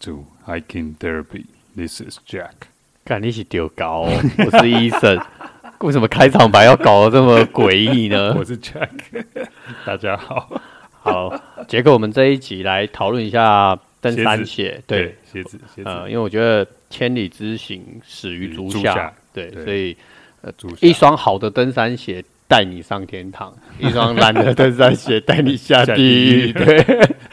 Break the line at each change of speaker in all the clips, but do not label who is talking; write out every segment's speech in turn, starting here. to hiking therapy. This is Jack.
看你是丢高、 哦，我是医生。为什么开场白要搞得这么诡异呢？
我是 Jack，大 家好。
好，杰克，我们这一集来讨论一下登山鞋。对，，
鞋子，鞋
呃，
子，
因为我觉得千里之行，始于足
足
下。
下
对，
对
所以
足
一
下
双好的登山鞋带你上天 堂，一双烂的登山鞋带你 下
下
地
地
狱。
狱
对，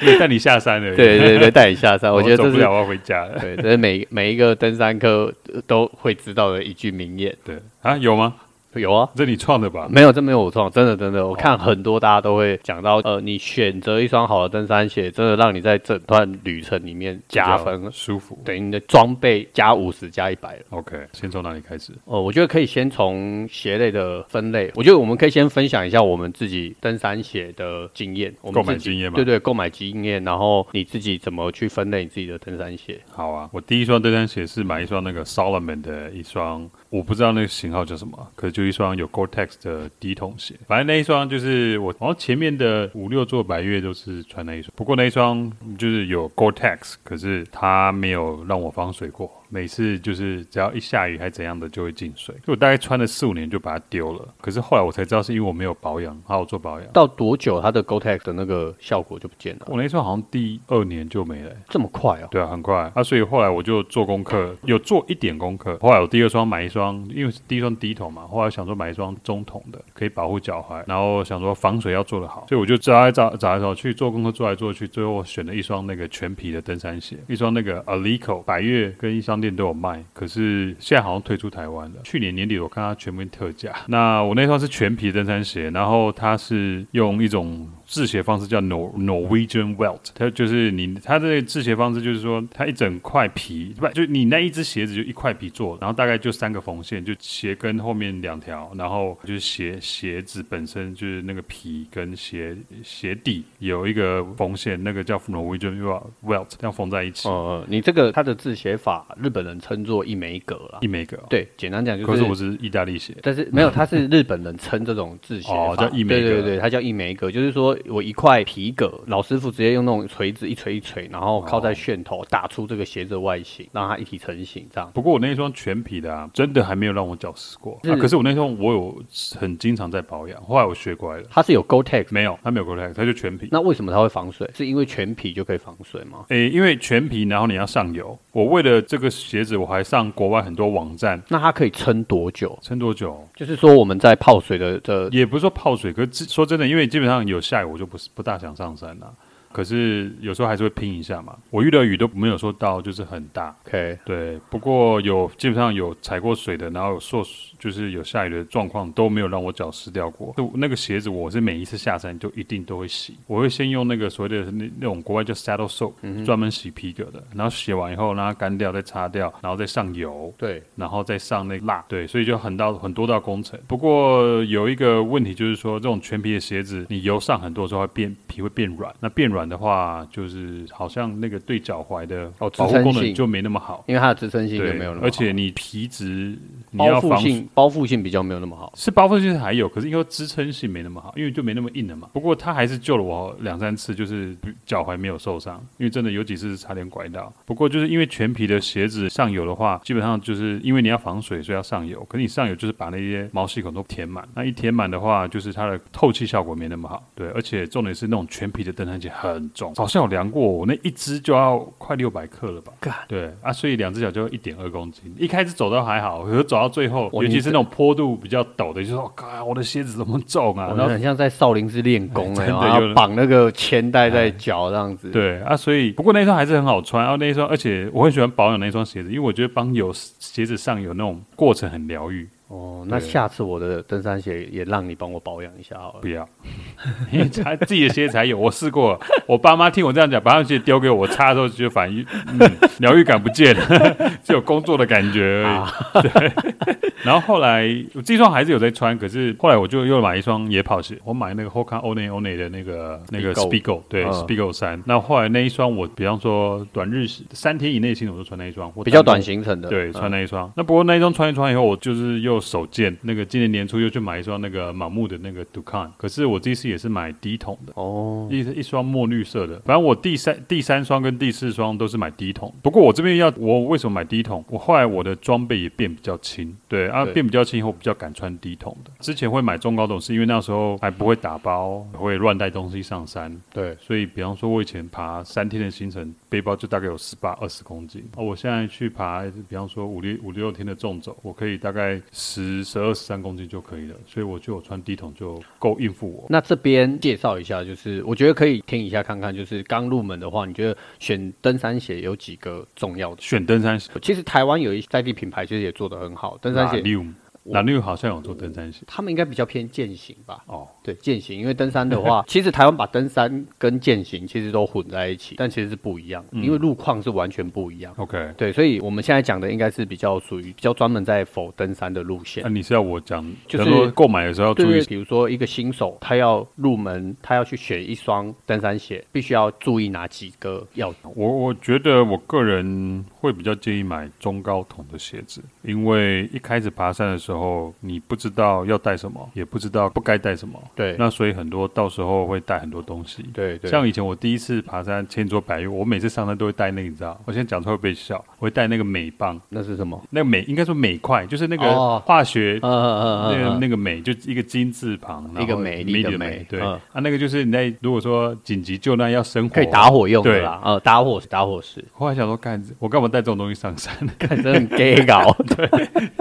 没有带你下山而已。
对 对对，带你下山。我觉得
走
这
不
是
了，我要回家了。
对，这是每每一个登山客呃都会知道的一句名言。
对啊，有吗？
有啊，
这你创的吧？
没有，这没有我创，真的真的，
哦
我看很多大家都会讲到，呃，你选择一双好的登山鞋，真的让你在整段旅程里面加
比较
分，
舒服。
等于你的装备加五十加一百了。
OK，先从哪里开始？
哦，我觉得可以先从鞋类的分类，我觉得我们可以先分享一下我们自己登山鞋的经验，我
购
们
买
自己
经验吗
对对，购买经验，然后你自己怎么去分类你自己的登山鞋？
好啊，我第一双登山鞋是买一双那个 Solomon 的一双，我不知道那个型号叫什么，啊可是就一双有 Gore-Tex 的低筒鞋。反正那一双就是我，好像前面的五六座白月都是穿那一双，不过那一双就是有 Gore-Tex，可是它没有让我防水过。每次就是只要一下雨还怎样的就会进水，所以我大概穿了四五年就把它丢了。可是后来我才知道是因为我没有保养，好好做保养。
到多久它的 GoTex 的那个效果就不见了？
我那一双好像第二年就没了、欸
这么快哦？
对啊，很快啊，所以后来我就做功课，有做一点功课。后来我第二双买一双，因为第一双低筒嘛，后来想说买一双中筒的，可以保护脚踝，然后想说防水要做得好，所以我就找来找找来找去做功课，做来做去，最后我选了一双那个全皮的登山鞋，一双那个 Alico 百越跟一商店都有卖，可是现在好像退出台湾了。去年年底我看它全面特价，那我那双是全皮登山鞋，然后它是用一种制鞋方式叫 Nor Norwegian Welt，它就是你它这个制鞋方式就是说，它一整块皮，不就你那一只鞋子就一块皮做，然后大概就三个缝线，就鞋跟后面两条，然后就是鞋鞋子本身就是那个皮跟鞋鞋底有一个缝线，那个叫 Norwegian Welt，这样缝在一起，
呃，你这个它的制鞋法，日本人称作一枚格啦
一。枚格。，
对，简单讲就是。
可是我是意大利鞋，
但是没有，它是日本人称这种制鞋法，
哦叫一枚格
对对对，它叫一枚格，就是说我一块皮革，老师傅直接用那种锤子一锤一锤，然
哦
后靠在楦头打出这个鞋子的外形，让它一体成型，这样。
不过我那一双全皮的啊，真的还没有让我脚湿过、
是
啊。可是我那双我有很经常在保养，后来我学乖了，
它是有 GoTex，
没有，它没有 g o t 它就全皮。
那为什么它会防水？是因为全皮就可以防水吗？
诶、因为全皮，然后你要上油。我为了这个鞋子，我还上国外很多网站。
那它可以撑多久？
撑多久？
就是说我们在泡水的的
也不是说泡水，可是之说真的，因为基本上有下雨，我就不是不大想上山了、可是有时候还是会拼一下嘛。我遇到雨都没有说到，就是很大。
，OK，
对，不过有基本上有踩过水的，然后有受就是有下雨的状况都没有让我脚湿掉过。就那个鞋子我是每一次下山就一定都会洗，我会先用那个所谓的那那种国外叫 saddle soap，、专
嗯
门洗皮革的，然后洗完以后让它干掉，再擦掉，然后再上油。
对，
然后再上那个蜡，对，所以就很到很多道工程。不过有一个问题就是说，这种全皮的鞋子，你油上很多之后，变皮会变软。那变软的话，就是好像那个对脚踝的保
哦支
护
撑
功能
性
就没那么好。
因为它的支撑性
对，
就没有那么好，
而且你皮质你
包
要
覆
防
性包覆性比较没有那么好。
是包覆性还有，可是因为支撑性没那么好，因为就没那么硬了嘛。不过它还是救了我两三次，就是脚踝没有受伤，因为真的有几次差点拐到。不过就是因为全皮的鞋子上油的话，基本上就是因为你要防水，所以要上油。可是你上油就是把那些毛细孔都填满，那一填满的话，就是它的透气效果没那么好。对，而且重点是那种全皮的登山鞋很重，好像有量过，我那一只就要快六百克了吧。对啊，所以两只脚就一点二公斤。一开始走到还好，可是走到最后，尤
哇你
其是那种坡度比较陡的，就说：“靠、我的鞋子怎么重啊？”
我
然
们
后
哦很像在少林寺练功哎、
真的
然后
有哎
绑那个铅带在脚这样子。，
对啊，所以不过那一双还是很好穿。然后那一双，而且我很喜欢保养那一双鞋子，因为我觉得帮有鞋子上有那种过程很疗愈。
哦，那
对
下次我的登山鞋也让你帮我保养一下好了
不。要， 因为他自己的鞋子才有。我试过了，我爸妈听我这样讲，把他们鞋子丢给我，我擦的时候就
啊
反应嗯疗愈、感不见了，只有工作的感觉而已。对，然后后来我这双还是有在穿，可是后来我就又买一双野跑鞋，我买那个 Hoka One One 的那个那个
Speedgo
Spigo，对、
嗯
Spigo 三。那后来那一双我，比方说短日三天以内行程，我就穿那一双，或
比较
单
短
日
行程的，
对，
嗯
穿那一双。那不过那一双穿一穿以后，我就是又手贱，那个今年年初又去买一双那个盲目的那个 Dukan，可是我这次也是买低筒的。
哦，
一一双墨绿色的，反正我第三第三双跟第四双都是买低筒。不过我这边要，我为什么买低筒？我后来我的装备也变比较轻，对啊，
对
变比较轻以后比较敢穿低筒的。之前会买中高筒是因为那时候还不会打包，会乱带东西上山，
对，
所以比方说我以前爬三天的行程，背包就大概有十八二十公斤。哦，我现在去爬，比方说五六五六天的纵走，我可以大概十十二十三公斤就可以了，所以我就有穿低筒就够应付我。
那这边介绍一下，就是我觉得可以听一下看看，就是刚入门的话，你觉得选登山鞋有几个重要的？
选登山鞋。
其实台湾有一些在地品牌，其实也做得很好，登山鞋
六，哪六好像有做登山鞋
他们应该比较偏健行吧。
哦。
对健行，因为登山的 话，其实台湾把登山跟健行其实都混在一起，但其实是不一样的，因为路况是完全不一样。
OK，
对，所以我们现在讲的应该是比较属于比较专门在否登山的路线
那、。你是要我讲，
就
比
是
方说购买的时候要注
对
意
对，嗯比如说一个新手，他要入门，他要去选一双登山鞋，必须要注意哪几个要点？
我我觉得我个人会比较建议买中高筒的鞋子，因为一开始爬山的时候，你不知道要带什么，也不知道不该带什么，
对
那所以很多到时候会带很多东西。
对对，
像以前我第一次爬山千里百越，我每次上山都会带那个，你知道，我现在讲出来会被笑，我会带那个镁棒，
那是什么？
那个镁应该说镁块，就是那个
哦
化学
嗯嗯
那个
嗯嗯，
那个美就一个金字旁，然后
一个美丽的
的
美
对
嗯
啊，那个就是你在如果说紧急救难要生火，
可以打。火用的
对
啦，呃，打火打火 石，
后来想说，干我干嘛带这种东西上山
看真的 gay 搞，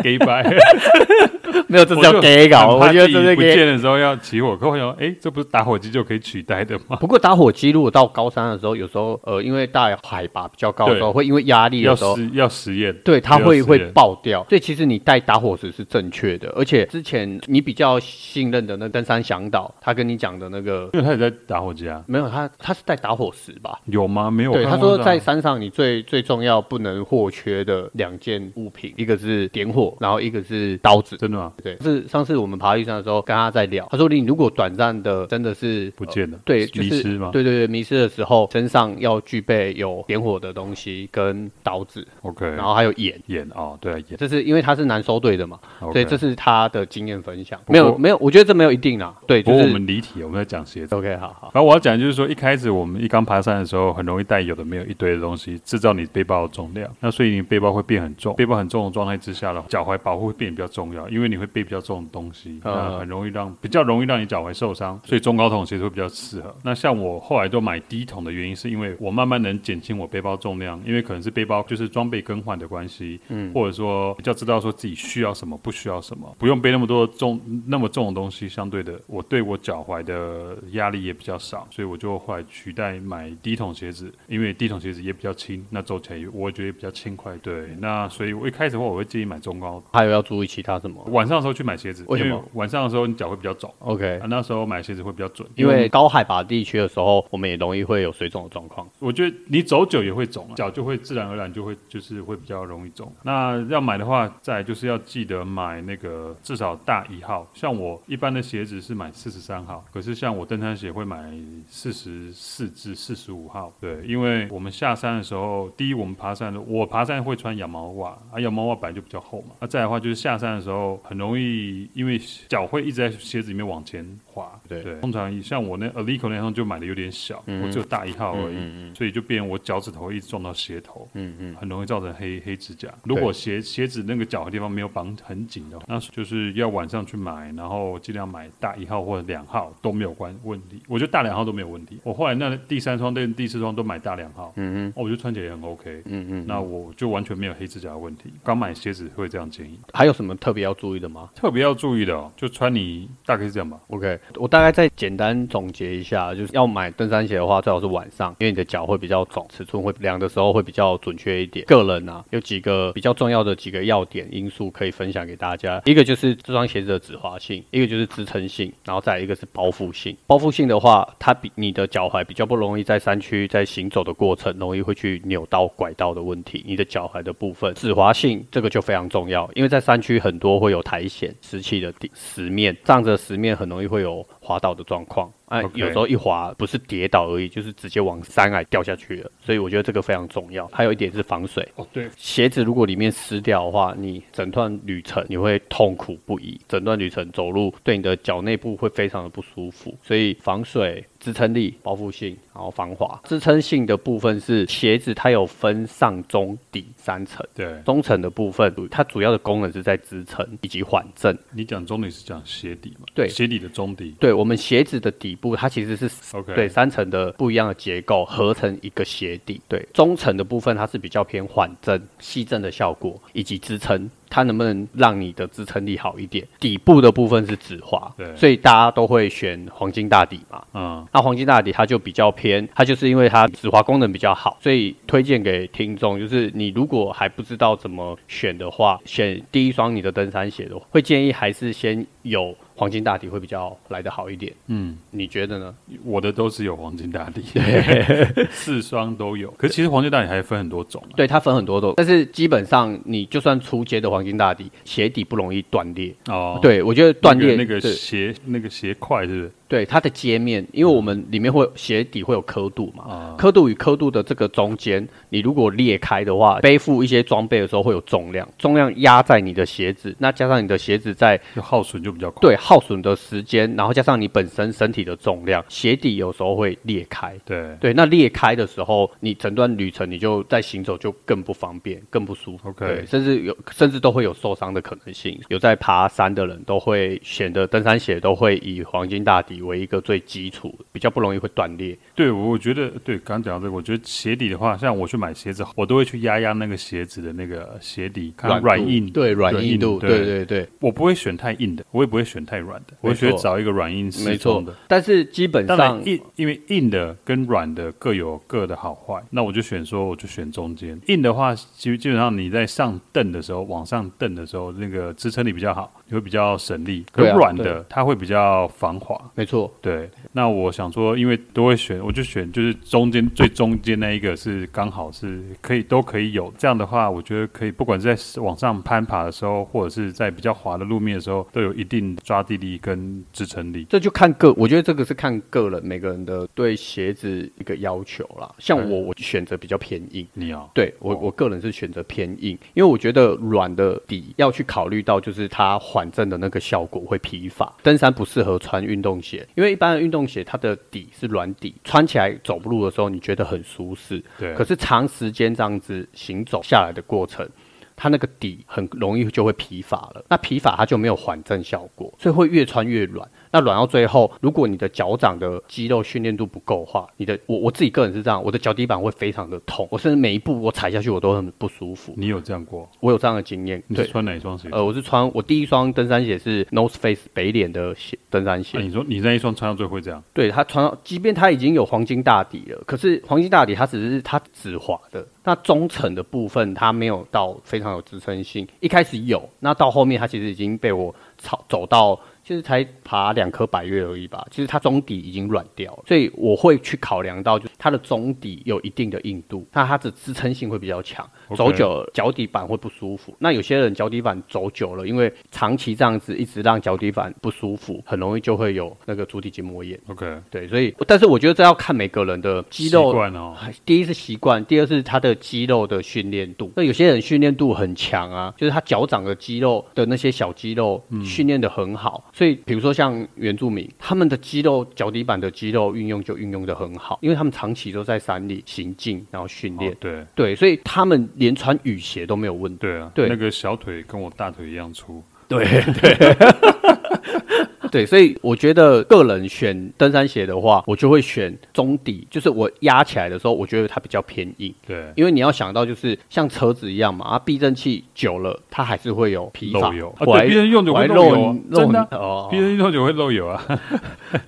？gay 白，
没有，这
我
是
就
叫 gay 搞，
很
我
怕
觉得
自己
这是
不
gay。
见的时候要起火。可我想说，哎，这不是打火机就可以取代的吗？
不过打火机如果到高山的时候，有时候呃，因为大海拔比较高的时候，
对
会因为压力
要
的时候，
实要实验，
对，它
要
会
实
会
验
爆掉。所以其实你带打火石是正确的，而且之前你比较信任的那登山向导，他跟你讲的那个
因为他也在打火机啊，
没有，他他是带打火石吧？
有吗？没有。
对，
我看
他
过
说
的啊
在山上你最最重要不能或缺的两件物品，一个是点火，然后一个是刀子。
真的吗？
对，是上次我们爬玉山的时候跟他在聊，他说你如果短暂的真的是呃
不见了，
对，就是
迷失吗？
对对对，迷失的时候身上要具备有点火的东西跟刀子，
，OK，
然后还有盐。
演哦，对啊，演，
这是因为他是难收队的嘛
OK
所以这是他的经验分享。
不过
没有没有，我觉得这没有一定啦。对，
不
就
过我
是
们离题，我们在讲鞋子。
OK，好好。
反正我要讲的就是说，一开始我们一刚爬山的时候，很容易带有的没有一堆的东西，制造你背包的重量。那所以你背包会变很重，背包很重的状态之下的话脚踝保护会变得比较重要，因为你会背比较重的东西，
嗯
那很容易让比较容易让你脚踝受伤，所以中高筒其实会比较适合。那像我后来都买低筒的原因，是因为我慢慢能减轻我背包重量，因为可能是背包就是装备更换的关系，嗯，或者说比较知道说自己需要什么，不需要什么，不用背那么多重那么重的东西，相对的，我对我脚踝的压力也比较少，所以我就后来取代买低筒鞋子，因为低筒鞋子也比较轻，那走起来也我也觉得也比较轻快。对，那所以我一开始的话，我会建议买中高。
还有要注意其他什么
晚上的时候去买鞋子，
为什么？
晚上的时候你脚会比较肿，
？OK，
啊，那时候买鞋子会比较准，
因为高海拔地区的时候，我们也容易会有水肿的状况。
我觉得你走久也会肿、啊，脚就会自然而然就会就是会比较容易肿。那要买的话，再来就是要记得买那个至少大一号，像我一般的鞋子是买四十三号，可是像我登山鞋会买四十四至四十五号。对，因为我们下山的时候，第一我们爬山，我爬山会穿羊毛袜，啊羊毛袜本来就比较厚嘛，那、再来的话就是下山的时候很容易因为脚会一直在鞋子里面往前滑。
对
通常像我那 Alico 那双就买的有点小，我只有大一号而已。所以就变我脚趾头一直撞到鞋头，嗯嗯，很容易造成黑黑指甲。如果鞋鞋子那个脚的地方没有绑很紧的话，那就是要晚上去买，然后尽量买大一号或者两号都没有关问题。我觉得大两号都没有问题。我后来那第三双跟第四双都买大两号，嗯嗯，我觉得穿起来也很 OK，嗯嗯，那我就完全没有黑指甲的问题。刚买鞋子会这样建议，
还有什么特别要注意的吗
特别要注意的哦，就穿你大概是这样吧。
？OK，我大概再简单总结一下，就是要买登山鞋的话，最好是晚上，因为你的脚会比较肿，尺寸会量的时候会比较准确一点。个人啊，有几个比较重要的几个要点因素可以分享给大家，一个就是这双鞋子的止滑性，一个就是支撑性，然后再来一个是包覆性。包覆性的话，它比你的脚踝比较不容易在山区在行走的过程容易会去扭到拐到的问题，你的脚踝的部分止滑性这个就非常重要，因为在山区很多会有苔藓、湿气的地石面，仗着石面很容易会有滑倒的状况。啊
OK
有时候一滑不是跌倒而已，就是直接往山崖掉下去了，所以我觉得这个非常重要。还有一点是防水，
哦，对，
鞋子如果里面湿掉的话，你整段旅程你会痛苦不已，整段旅程走路对你的脚内部会非常的不舒服，所以防水。支撑力、包覆性，然后防滑。支撑性的部分是鞋子，它有分上、中、底三层。
对
中层的部分，它主要的功能是在支撑以及缓震。
你讲中底是讲鞋底嘛？
对
鞋底的中底。
对我们鞋子的底部，它其实是
OK
对三层的不一样的结构合成一个鞋底。对中层的部分，它是比较偏缓震、吸震的效果以及支撑，它能不能让你的支撑力好一点？底部的部分是止滑
对，
所以大家都会选黄金大底嘛。
嗯，
那黄金大底它就比较偏，它就是因为它止滑功能比较好，所以推荐给听众，就是你如果还不知道怎么选的话，选第一双你的登山鞋的话，会建议还是先有黄金大底会比较来得好一点。
嗯，
你觉得呢？
我的都是有黄金 大底，四双都有。可是其实黄金大底还分很多种、啊，
对，它分很多种，但是基本上你就算出街的黄金大底，鞋底不容易断裂。
哦，
对，我觉得断裂
那个那个
对
鞋那个鞋块是不是？
对它的接面，因为我们里面会有鞋底会有刻度
啊
嘛，刻度与刻度的这个中间，你如果裂开的话，背负一些装备的时候会有重量，重量压在你的鞋子，那加上你的鞋子在
就耗损就比较快。
对耗损的时间，然后加上你本身身体的重量，鞋底有时候会裂开。
对
对，那裂开的时候，你整段旅程你就在行走就更不方便，更不舒服。
OK
对甚至有甚至都会有受伤的可能性。有在爬山的人都会选择登山鞋，都会以黄金大底为一个最基础，比较不容易会断裂。
对，我我觉得对，刚刚讲到这个，我觉得鞋底的话，像我去买鞋子，我都会去压压那个鞋子的那个鞋底，看它
度
啊软硬
对软硬度，对对对，
我不会选太硬的，我也不会选太软的，我
没错
会觉得找一个软硬适
没错
中的。。
但是基本
当然
上
硬，因为硬的跟软的各有各的好坏，那我就选说，我就选中间。硬的话，其实基本上你在上蹬的时候，往上蹬的时候，那个支撑力比较好，你会比较省力。可
对啊
软
对
的，它会比较防滑。
没错，
对，那我想说，因为都会选，我就选就是中间最中间那一个是刚好是可以都可以有。这样的话，我觉得可以，不管是在往上攀爬的时候，或者是在比较滑的路面的时候，都有一定抓地力跟支撑力。
这就看个，我觉得这个是看个人每个人的对鞋子一个要求啦。像我，我选择比较偏硬。
你哦，
对我我个人是选择偏硬，因为我觉得软的底要去考虑到，就是它缓震的那个效果会疲乏。登山不适合穿运动鞋，因为一般的运动鞋它的底是软底，穿起来走路的时候你觉得很舒适，
对
可是长时间这样子行走下来的过程。它那个底很容易就会疲乏了，那疲乏它就没有缓震效果，所以会越穿越软。那软到最后，如果你的脚掌的肌肉训练度不够的话，你的我我自己个人是这样，我的脚底板会非常的痛，我甚至每一步我踩下去我都很不舒服。
你有这样过？
我有这样的经验，
你是
对，
穿哪一双鞋？
呃，我是穿我第一双登山鞋是 North Face 北脸的鞋登山鞋，
啊你说你那一啊双穿上最会这样？
对它穿到，即便它已经有黄金大底了，可是黄金大底它只是它止滑的，那中层的部分它没有到非常有支撑性。一开始有，那到后面它其实已经被我操走到，其实才爬两颗百月而已吧。其实它中底已经软掉了，所以我会去考量到，就是它的中底有一定的硬度，那它的支撑性会比较强，
OK
走久了脚底板会不舒服。那有些人脚底板走久了，因为长期这样子一直让脚底板不舒服，很容易就会有那个足底筋膜炎。
OK，
对，所以但是我觉得这要看每个人的肌
习
肉。
惯哦。
第一是习惯，第二是他的肌肉的训练度。那有些人训练度很强啊，就是他脚掌的肌肉的那些小肌肉训练的很好，所以比如说像原住民，他们的肌肉脚底板的肌肉运用就运用的很好，因为他们长期都在山里行进，然后训练。
哦对
对，所以他们连穿雨鞋都没有问题。
对啊，
对
那个小腿跟我大腿一样粗。
对 对，所以我觉得个人选登山鞋的话，我就会选中底，就是我压起来的时候，我觉得它比较偏硬。
对，
因为你要想到，就是像车子一样嘛，啊，避震器久了，它还是会有皮
漏
上
油啊，
我还
对，避震用久
我还
会
漏
漏油啊，
漏
真的啊，
哦
避。震用久会漏油啊，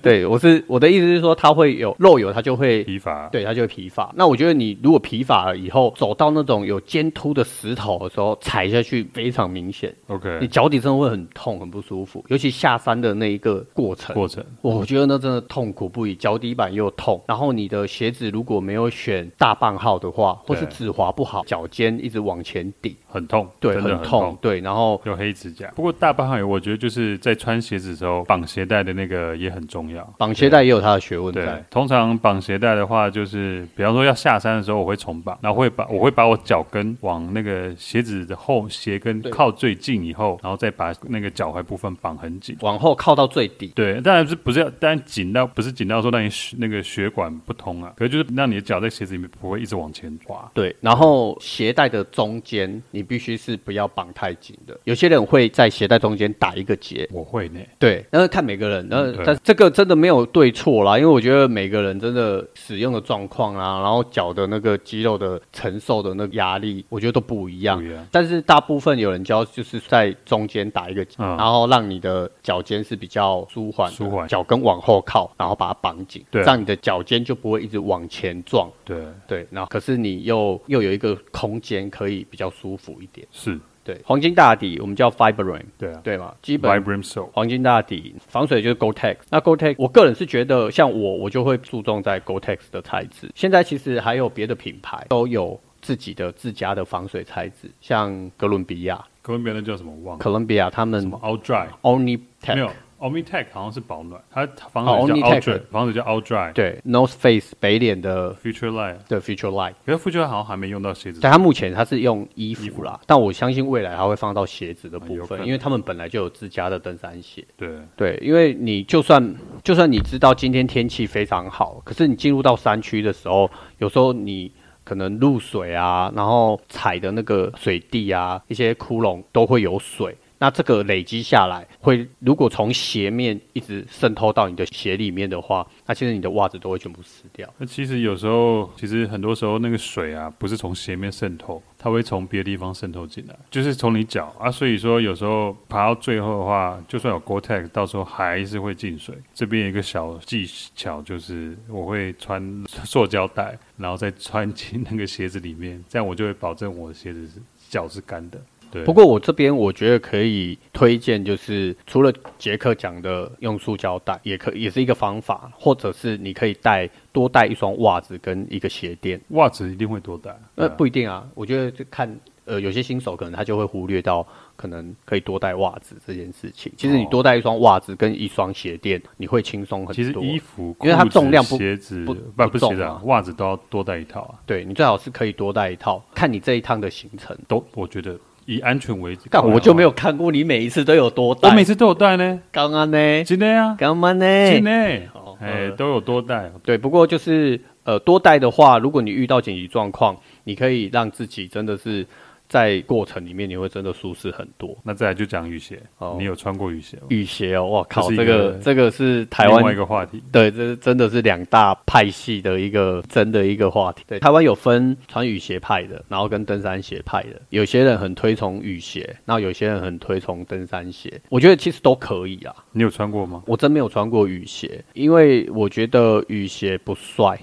对，我是我的意思是说，它会有漏油，它就会
疲乏。
对，它就会疲乏。那我觉得你如果疲乏了以后，走到那种有尖突的石头的时候，踩下去非常明显，你
，OK，
脚底真的会很痛，很不舒服，尤其下山的那一个过程。
过程
我觉得那真的痛苦不已，脚底板又痛，然后你的鞋子如果没有选大半号的话，或是
对
指滑不好，脚尖一直往前顶，
很痛，
对，
真的很
痛，对，然后
有黑指甲。不过大半还有，我觉得就是在穿鞋子的时候，绑鞋带的那个也很重要。
绑鞋带也有它的学问
对
在，，
通常绑鞋带的话，就是比方说要下山的时候，我会重绑，然后会把我会把我脚跟往那个鞋子的后鞋跟
对
靠最近以后，然后再把那个脚踝部分绑很紧。
往后靠到最底，
对，当然是不是要，当然紧到不是紧到说让你血那个血管不通啊，可是就是让你的脚在鞋子里面不会一直往前滑。
对，然后鞋带的中间你必须是不要绑太紧的，有些人会在鞋带中间打一个结，
我会呢，
对，那看每个人，那
嗯对
但这个真的没有对错啦，因为我觉得每个人真的使用的状况啊，然后脚的那个肌肉的承受的那个压力，我觉得都不一样
不。一样
但是大部分有人教就是在中间打一个结，
嗯
然后让你的脚尖是比较舒缓的，
舒缓
脚跟往后靠，然后把它绑紧，
对
让你的脚尖就不会一直往前撞。
对，
对，然后可是你又又有一个空间可以比较舒服一点。
是，
对，黄金大底我们叫 Fibrin，
对啊，
对吗？基本
Vibram Soul，
黄金大底防水就是 GoTex，那 GoTex 我个人是觉得，像我我就会注重在 GoTex 的材质。现在其实还有别的品牌都有自己的自家的防水材质，像哥伦比亚、
哥伦比亚那叫什么忘了
哥伦比亚他
什
们
么 Out Dry，没
OnlyTech
有 Omnitech 好像是保暖，它它防
哦
水叫 Out
Omnitech
Dry，防水叫 Out Dry，
对 North Face 北脸的
，Future Light，
的 Future Light，
可是 Future Light 好像还没用到鞋子
但它目前它是用衣服啦，但我相信未来它会放到鞋子的
啊
部
有可
分，
能
因为他们本来就有自家的登山鞋。
对，
对，因为你就算就算你知道今天天气非常好，可是你进入到山区的时候，有时候你可能入水啊，然后踩的那个水地啊，一些窟窿都会有水。那这个累积下来，会如果从鞋面一直渗透到你的鞋里面的话，那其实你的袜子都会全部湿掉。
那其实有时候，其实很多时候那个水啊，不是从鞋面渗透，它会从别的地方渗透进来，就是从你脚啊。所以说有时候爬到最后的话，就算有 GoTex，到时候还是会进水。这边有一个小技巧就是，我会穿塑胶袋，然后再穿进那个鞋子里面，这样我就会保证我的鞋子是脚是干的。对，
不过我这边我觉得可以推荐，就是除了杰克讲的用塑胶袋，也可也是一个方法，或者是你可以带多带一双袜子跟一个鞋垫。
袜子一定会多带。对
呃，
啊
不一定啊，我觉得就看呃，有些新手可能他就会忽略到可能可以多带袜子这件事情。其实你
哦
多带一双袜子跟一双鞋垫，你会轻松很多。
其实衣服、
因为它
裤子
重量不
鞋子
不
不
不
不是鞋
重
子
啊
啊，袜子都要多带一套啊。
对你最好是可以多带一套，看你这一趟的行程。
都我觉得以安全为主。
但我就没
有。
有看过你每一次都有多带。
啊我每次都有带呢，
刚刚呢，
今天啊，
刚刚呢，
今天
好，
哎，
呃
都有多带，
对，不过就是呃，多带的话，如果你遇到紧急状况，你可以让自己真的是在过程里面，你会真的舒适很多。
那再来就讲雨鞋
哦，
你有穿过雨鞋吗？
雨鞋哦，哇靠，
这是
这
一个
个这个是台湾
另外一个话题，
对，这是真的是两大派系的一个真的一个话题。对，台湾有分穿雨鞋派的，然后跟登山鞋派的。有些人很推崇雨鞋，然后有些人很推崇登山鞋。我觉得其实都可以啊。
你有穿过吗？
我真没有穿过雨鞋，因为我觉得雨鞋不帅。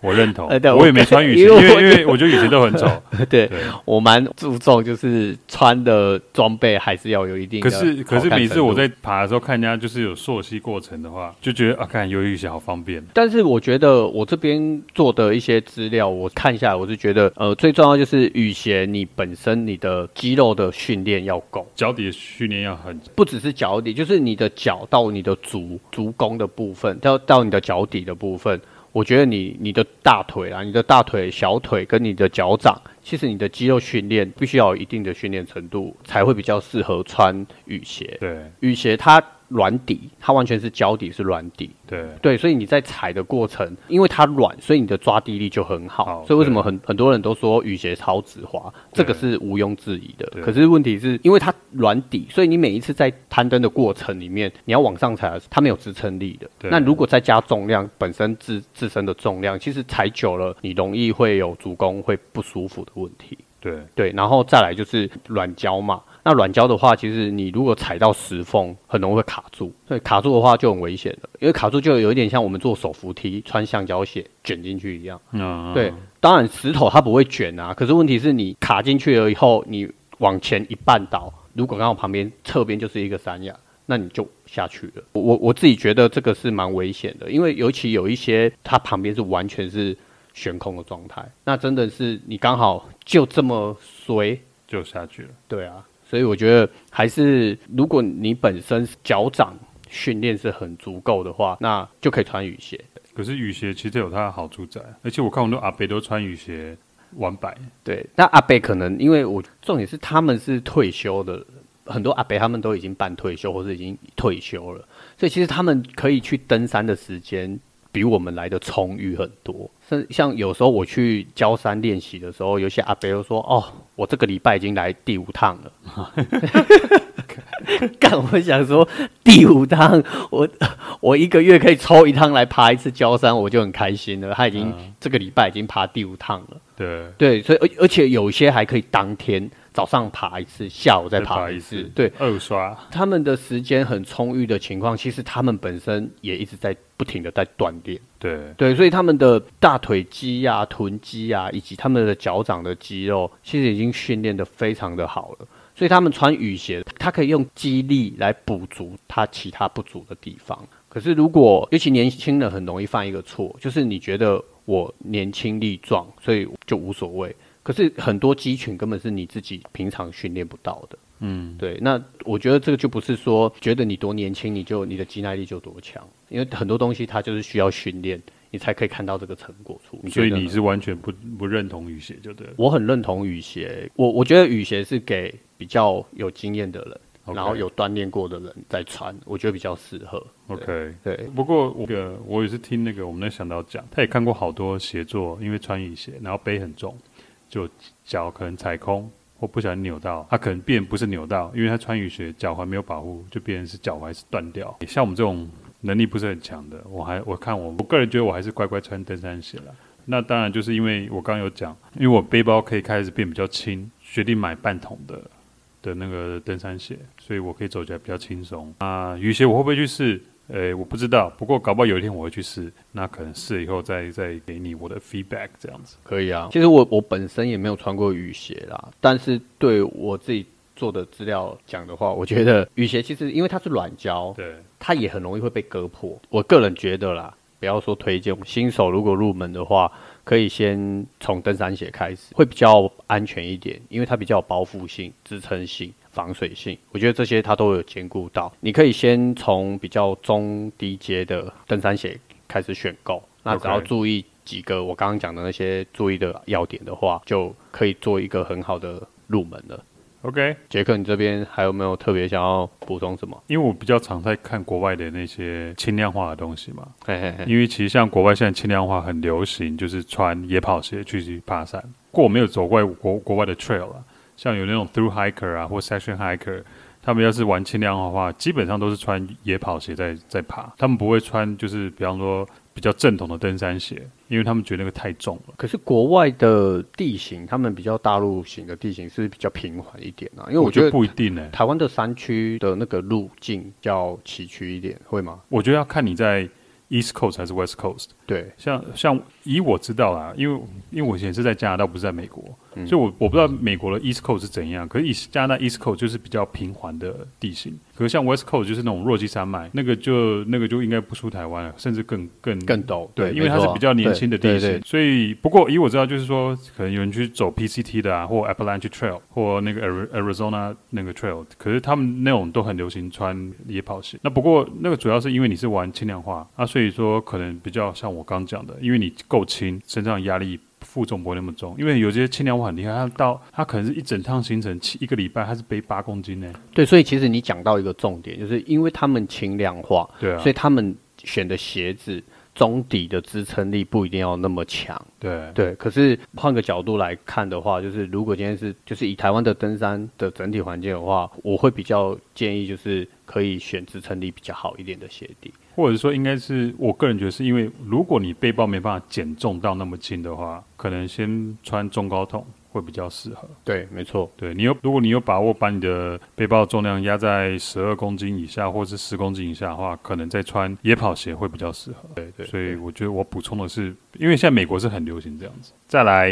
我认同
哎对，我
我也没穿雨鞋，
因
因
为
为因
我
为我觉得雨鞋都很 丑。
对
对，
我蛮注重，就是穿的装备还是要有一定的
可
好看程
是
度。
可是每次我在爬的时候，看人家就是有溯溪过程的话，就觉得啊，看有雨鞋好方便。
但是我觉得我这边做的一些资料，我看下来，我是觉得，呃，最重要就是雨鞋，你本身你的肌肉的训练要够，
脚底的训练要很
不只是脚底，就是你的脚到你的足足弓的部分，到到你的脚底的部分，我觉得你你的大腿啦，你的大腿、小腿跟你的脚掌，其实你的肌肉训练必须要有一定的训练程度，才会比较适合穿雨鞋。
对，
雨鞋它软底，它完全是胶底是软底，
对，
对，所以你在踩的过程，因为它软，所以你的抓地力就很好。
好
所以为什么很很多人都说雨鞋超直滑，这个是毋庸置疑的
对。
可是问题是因为它软底，所以你每一次在攀登的过程里面，你要往上踩的时候，它没有支撑力的。
对
那如果再加重量，本身自自身的重量，其实踩久了，你容易会有足弓会不舒服的问题。
对，
对，然后再来就是软胶嘛。那软胶的话，其实你如果踩到石缝，很容易会卡住。对，卡住的话就很危险了，因为卡住就有一点像我们做手扶梯穿橡胶鞋卷进去一样。
嗯，
对，当然石头它不会卷啊，可是问题是你卡进去了以后，你往前一绊倒，如果刚好旁边侧边就是一个山崖，那你就下去了。我我我自己觉得这个是蛮危险的，因为尤其有一些它旁边是完全是悬空的状态，那真的是你刚好就这么随，
就下去了。
对啊，所以我觉得还是如果你本身脚掌训练是很足够的话，那就可以穿雨鞋。
可是雨鞋其实有它的好处在，而且我看很多阿伯都穿雨鞋玩百，
对，那阿北可能因为我重点是他们是退休的人，很多阿北他们都已经半退休或是已经退休了，所以其实他们可以去登山的时间比我们来的充裕很多。甚像有时候我去焦山练习的时候，有些阿北都说：“哦，我这个礼拜已经来第五趟了。” 干，我想说第五趟，我 我一个月可以抽一趟来爬一次焦山，我就很开心了。他已经、这个礼拜已经爬第五趟了。
对，
对，所以而而且有些还可以当天早上爬一次，下午再爬一次。对，
二刷，
他们的时间很充裕的情况，其实他们本身也一直在不停的在锻炼。
对，
对，所以他们的大腿肌呀、臀肌呀、以及他们的脚掌的肌肉，其实已经训练的非常的好了。所以他们穿雨鞋，它可以用肌力来补足它其他不足的地方。可是如果尤其年轻人很容易犯一个错，就是你觉得我年轻力壮，所以就无所谓。可是很多肌群根本是你自己平常训练不到的。
嗯，
对，那我觉得这个就不是说觉得你多年轻你就你的肌耐力就多强，因为很多东西它就是需要训练，你才可以看到这个成果出。
所以
觉得呢
你是完全不不认同雨鞋就对了。
我很认同雨鞋，我我觉得雨鞋是给比较有经验的人
OK
然后有锻炼过的人在穿，我觉得比较适合。
OK，
对，
不过我个我也是听那个我们那向导讲，他也看过好多协作，因为穿雨鞋，然后背很重，就脚可能踩空或不小心扭到，他可能变不是扭到，因为他穿雨鞋脚踝没有保护，就变成是脚踝是断掉。像我们这种能力不是很强的，我还我看我我个人觉得我还是乖乖穿登山鞋了。那当然就是因为我刚刚有讲，因为我背包可以开始变比较轻，决定买半桶的的那个登山鞋，所以我可以走起来比较轻松。啊、雨鞋我会不会去试？呃，我不知道，不过搞不好有一天我会去试，那可能试了以后再再给你我的 feedback 这样子。
可以啊。其实我我本身也没有穿过雨鞋啦，但是对我自己做的资料讲的话，我觉得雨鞋其实因为它是软胶，
对，
它也很容易会被割破。我个人觉得啦，不要说推荐，新手如果入门的话，可以先从登山鞋开始，会比较安全一点，因为它比较有包覆性、支撑性、防水性，我觉得这些它都有兼顾到。你可以先从比较中低阶的登山鞋开始选购，那只要
OK
注意几个我刚刚讲的那些注意的要点的话，就可以做一个很好的入门了。
OK，
杰克，你这边还有没有特别想要补充什么？
因为我比较常在看国外的那些轻量化的东西嘛，
嘿嘿嘿。
因为其实像国外现在轻量化很流行，就是穿野跑鞋去爬山。不过我没有走过国国外的 trail 啊，像有那种 through hiker 啊或 session hiker，他们要是玩轻量化的话，基本上都是穿野跑鞋在在爬，他们不会穿就是比方说比较正统的登山鞋，因为他们觉得那个太重了。
可是国外的地形，他们比较大陆型的地形是比较平缓一点啊，因为我
我觉
觉
得
得
不一定呢、欸
台湾的山区的那个路径比较崎岖一点，会吗？
我觉得要看你在 East Coast 还是 West Coast。
对，
像像以我知道啦，因为因为我以前是在加拿大，不是在美国，
嗯
所以我我不知道美国的 East Coast 是怎样。可是以加拿大 East Coast 就是比较平缓的地形，可是像 West Coast 就是那种落基山脉，那个就那个就应该不输台湾了，甚至更更
更陡，
对，因
没
为它是
错啊
比较年轻的地
对
形
对，对
所以不过以我知道，就是说可能有人去走 PCT 的啊，或 Appalachian Trail 或那个 Ari- Arizona 那个 Trail，可是他们那种都很流行穿野跑鞋。那不过那个主要是因为你是玩轻量化啊，所以说可能比较像我刚讲的，因为你够轻，身上压力负重不会那么重，因为有些轻量化很厉害，他到他可能是一整趟行程七一个礼拜，他是背八公斤呢。
对，所以其实你讲到一个重点，就是因为他们轻量化，
对啊
所以，他们选的鞋子中底的支撑力不一定要那么强。
对
对，可是换个角度来看的话，就是如果今天是就是以台湾的登山的整体环境的话，我会比较建议就是可以选支撑力比较好一点的鞋底。
或者说应该是我个人觉得是因为，如果你背包没办法减重到那么轻的话，可能先穿中高筒会比较适合。
对，没错。
对你有，如果你有把握把你的背包重量压在十二公斤以下，或是十公斤以下的话，可能再穿野跑鞋会比较适合。
对对，
所以我觉得我补充的是，因为现在美国是很流行这样子。再来，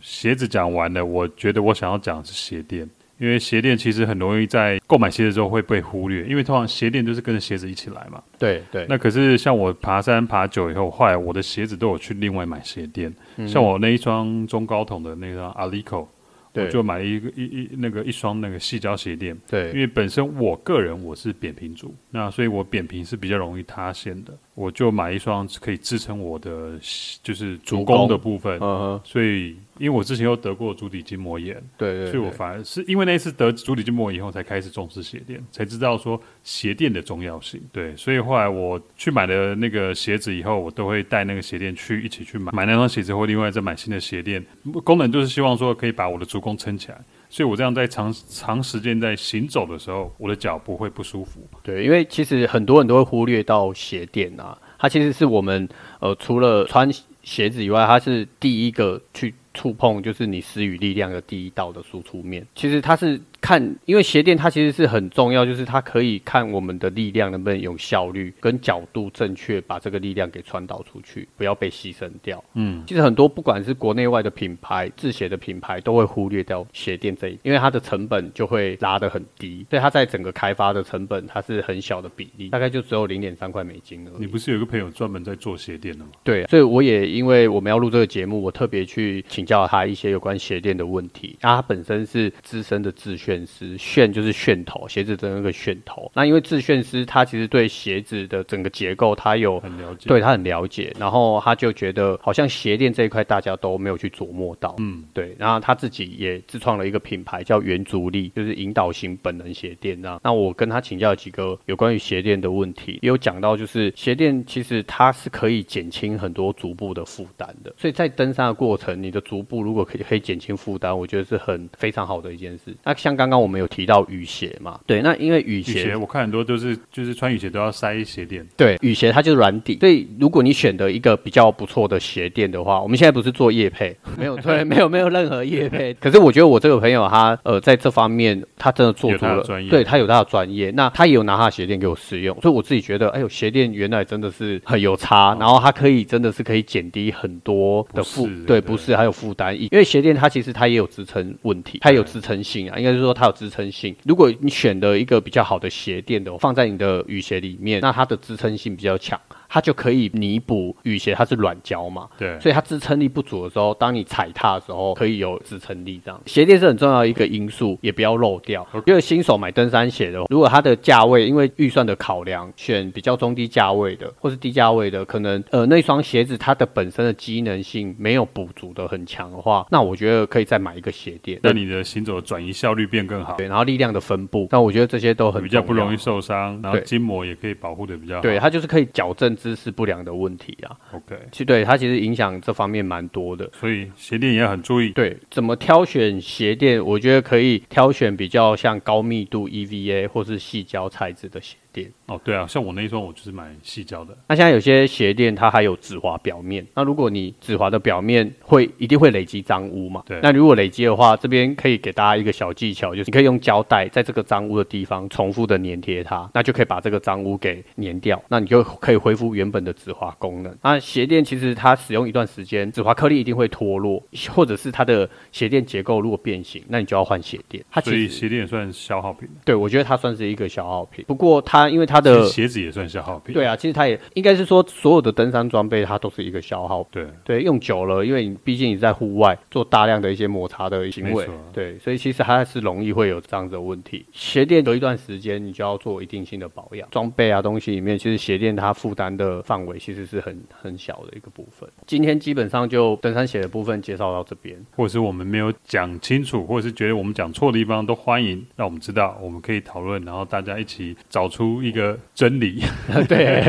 鞋子讲完了，我觉得我想要讲的是鞋垫，因为鞋垫其实很容易在购买鞋子之后会被忽略，因为通常鞋垫就是跟着鞋子一起来嘛。
对对，
那可是像我爬山爬久以后，后来我的鞋子都有去另外买鞋垫，
嗯
像我那一双中高筒的那双 Alico，我
对
就买了一个一一那个一双那个细胶鞋垫，因
对
为本身我个人我是扁平足，那所以我扁平是比较容易塌陷的，我就买一双可以支撑我的就是足
足
弓
弓
的部分
嗯，哼，
所以因为我之前又得过足底筋膜炎，
对对，
所以我
对
反而是因为那一次得足底筋膜炎以后，才开始重视鞋垫，才知道说鞋垫的重要性。对，所以后来我去买了那个鞋子以后，我都会带那个鞋垫去一起去买，买那双鞋子或另外再买新的鞋垫。功能就是希望说可以把我的足弓撑起来，所以我这样在长长时间在行走的时候，我的脚不会不舒服。
对，因为其实很多人都会忽略到鞋垫啊，它其实是我们呃除了穿鞋子以外，它是第一个去触碰就是你施予力量的第一道的输出面。其实它是看，因为鞋垫它其实是很重要，就是它可以看我们的力量能不能有效率跟角度正确把这个力量给传导出去，不要被牺牲掉。
嗯，
其实很多不管是国内外的品牌制鞋的品牌，都会忽略掉鞋垫这一，因为它的成本就会拉得很低，所以它在整个开发的成本它是很小的比例，大概就只有零点三块美金而
你
已。
不是有一个朋友专门在做鞋垫的吗？
对，啊所以我也因为我们要录这个节目，我特别去请教他一些有关鞋垫的问题。那他本身是资深的制楦师，楦就是楦头，鞋子的那个楦头。那因为制楦师他其实对鞋子的整个结构，他有
很了解。
对他很了解，然后他就觉得好像鞋垫这一块大家都没有去琢磨到，
嗯，
对，然后他自己也自创了一个品牌叫圆足力，就是引导型本能鞋垫那那我跟他请教几个有关于鞋垫的问题，也有讲到就是鞋垫其实它是可以减轻很多足部的负担的，所以在登山的过程，你的足部如果可以可以减轻负担，我觉得是很非常好的一件事。那像刚刚我们有提到雨鞋嘛，对，那因为雨
雨
鞋
鞋我看很多都是就是穿雨鞋都要塞鞋垫。
对，雨鞋它就是软底，所以如果你选的一个比较不错的鞋垫的话，我们现在不是做业 配，没有对，没有没有任何业配。可是我觉得我这个朋友他呃在这方面他真的做
有
出
他的
了，
专业
对他有他的专业，那他也有拿他的鞋垫给我试用，所以我自己觉得，哎呦，鞋垫原来真的是很有差，然后它可以真的是可以减低很多的负
不适，对
对不是还有负担，因为鞋垫它其实它也有支撑问题，它也有支撑性啊，应该是说它有支撑性。如果你选的一个比较好的鞋垫的，放在你的雨鞋里面，那它的支撑性比较强，它就可以弥补雨鞋它是软胶嘛，
对，
所以它支撑力不足的时候，当你踩踏的时候可以有支撑力。这样鞋垫是很重要的一个因素，也不要漏掉。因为新手买登山鞋的，如果它的价位因为预算的考量，选比较中低价位的或是低价位的，可能呃那双鞋子它的本身的机能性没有补足的很强的话，那我觉得可以再买一个鞋垫。
让你的行走的转移效率变更好。
对，然后力量的分布，那我觉得这些都很
比较不
重要
容易受伤，然后
对
筋膜也可以保护的比较好。
对，它就是可以矫正姿势不良的问题啊。
，OK，
其实对它其实影响这方面蛮多的。
所以鞋垫也要很注意。
对，怎么挑选鞋垫？我觉得可以挑选比较像高密度 EVA 或是细胶材质的鞋垫。
哦，对啊，像我那一双我就是买细胶的，
那现在有些鞋垫它还有止滑表面，那如果你止滑的表面会一定会累积脏污嘛？
对
那如果累积的话，这边可以给大家一个小技巧，就是你可以用胶带在这个脏污的地方重复的粘贴它，那就可以把这个脏污给粘掉，那你就可以恢复原本的止滑功能。那鞋垫其实它使用一段时间，止滑颗粒一定会脱落，或者是它的鞋垫结构如果变形，那你就要换鞋垫。它其
所以
实
鞋垫也算消耗品。
对，我觉得它算是一个消耗品。不过它它因为它
其
的
实鞋子也算消耗品。
对啊，其实它也应该是说所有的登山装备它都是一个消耗品。
对，
对，用久了，因为你毕竟你在户外做大量的一些摩擦的行
没
为
错，
对，所以其实还是容易会有这样子的问题。鞋垫有一段时间，你就要做一定性的保养，装备啊东西里面，其实鞋垫它负担的范围其实是很很小的一个部分。今天基本上就登山鞋的部分介绍到这边，
或者是我们没有讲清楚，或者是觉得我们讲错的地方，都欢迎让我们知道，我们可以讨论，然后大家一起找出一个真理。
对，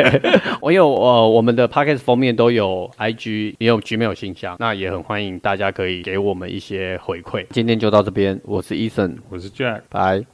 我有呃，我们的 podcast 封面都有 IG，也有 Gmail 信箱，那也很欢迎大家可以给我们一些回馈。今天就到这边，我是 Eason，
我是 Jack。
拜。